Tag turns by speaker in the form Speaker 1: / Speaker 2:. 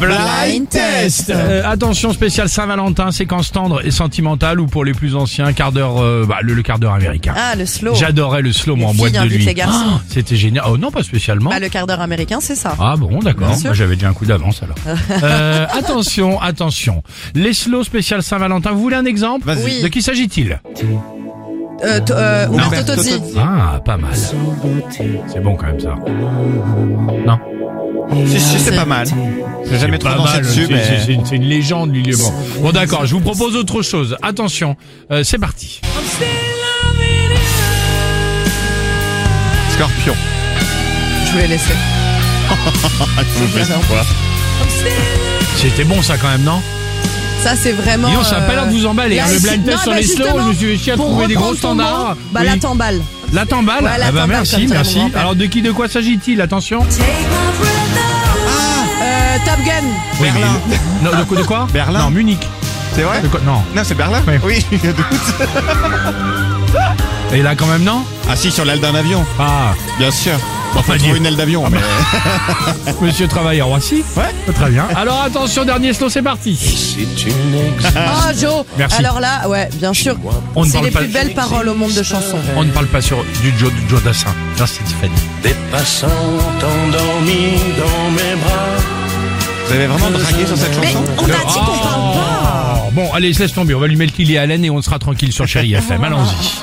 Speaker 1: Blind test.
Speaker 2: Euh, attention spéciale Saint-Valentin, séquence tendre et sentimentale ou pour les plus anciens, quart d'heure, euh, bah, le, le quart d'heure américain.
Speaker 3: Ah, le slow.
Speaker 2: J'adorais le slow moi, en
Speaker 3: filles
Speaker 2: boîte de
Speaker 3: invitent
Speaker 2: nuit.
Speaker 3: les garçons.
Speaker 2: Ah, C'était génial. Oh non, pas spécialement.
Speaker 3: Bah, le quart d'heure américain, c'est ça.
Speaker 2: Ah bon, d'accord.
Speaker 3: Bien sûr.
Speaker 2: Moi, J'avais déjà un coup d'avance alors. Euh, attention, attention. Les slow spécial Saint-Valentin. Vous voulez un exemple
Speaker 1: Vas-y.
Speaker 3: Oui.
Speaker 2: De qui s'agit-il
Speaker 3: Euh, t- euh, Umberto
Speaker 1: Umberto
Speaker 3: Tozzi.
Speaker 1: Tozzi.
Speaker 2: Ah, pas mal. C'est bon quand même ça. Non.
Speaker 1: Si, si, c'est pas mal. J'ai jamais trop
Speaker 2: Pas
Speaker 1: dansé
Speaker 2: mal.
Speaker 1: dessus,
Speaker 2: C'est-
Speaker 1: mais.
Speaker 2: c'est- C'est une, c'est une légende, Lily. Bon, bon d'accord. Je vous propose autre chose. Attention, euh, c'est parti.
Speaker 1: Scorpion.
Speaker 3: Je voulais laisser.
Speaker 2: C'était bon ça quand même, non
Speaker 3: Ça, c'est vraiment.
Speaker 2: Dis donc, ça n'a pas l'air de vous emballer. hein,
Speaker 3: euh,
Speaker 2: le blind
Speaker 3: non,
Speaker 2: test sur
Speaker 3: bah,
Speaker 2: les slows,
Speaker 3: justement,
Speaker 2: je me suis chié à
Speaker 3: pour
Speaker 2: trouver des gros
Speaker 3: reprendre ton
Speaker 2: standards.
Speaker 3: mot, Bah,
Speaker 2: Oui.
Speaker 3: la tamballe.
Speaker 2: La tamballe
Speaker 3: Ouais, la
Speaker 2: Ah bah
Speaker 3: tamballe,
Speaker 2: merci,
Speaker 3: comme ça,
Speaker 2: merci.
Speaker 3: mon grand-père.
Speaker 2: Alors de qui, de quoi s'agit-il Attention.
Speaker 3: Euh, Top Gun.
Speaker 2: Oui,
Speaker 1: Berlin.
Speaker 2: mais- Non, de, quoi- de quoi
Speaker 1: Berlin.
Speaker 2: Non, Munich.
Speaker 1: C'est vrai
Speaker 2: De quoi- non.
Speaker 1: Non, c'est Berlin
Speaker 2: Ouais.
Speaker 1: Oui, il y a des doutes.
Speaker 2: Et là quand même non
Speaker 1: Ah si, sur l'aile d'un avion,
Speaker 2: Ah,
Speaker 1: bien sûr.
Speaker 2: Enfin,
Speaker 1: Enfin,
Speaker 2: Dieu.
Speaker 1: trouver une aile d'avion, Ah, mais.
Speaker 2: Monsieur Travailleur aussi
Speaker 1: Ouais.
Speaker 2: Très bien. Alors attention, dernier slow, c'est parti.
Speaker 3: Oh, Joe.
Speaker 2: Ah. Merci.
Speaker 3: Alors là, ouais, bien sûr.
Speaker 2: On ne
Speaker 3: C'est
Speaker 2: parle
Speaker 3: les
Speaker 2: pas
Speaker 3: plus
Speaker 2: de-
Speaker 3: belles paroles au monde de chansons.
Speaker 2: On ne parle pas sur du Joe, du Joe Dassin. Merci Tiffany.
Speaker 1: Vous avez vraiment dragué sur cette chanson
Speaker 3: On a dit Bah, qu'on
Speaker 2: Ah.
Speaker 3: parle pas.
Speaker 2: Oh, Bon, allez, je laisse tomber. On va lui mettre Lily Allen et on sera tranquille sur Chéri FM. Allons-y.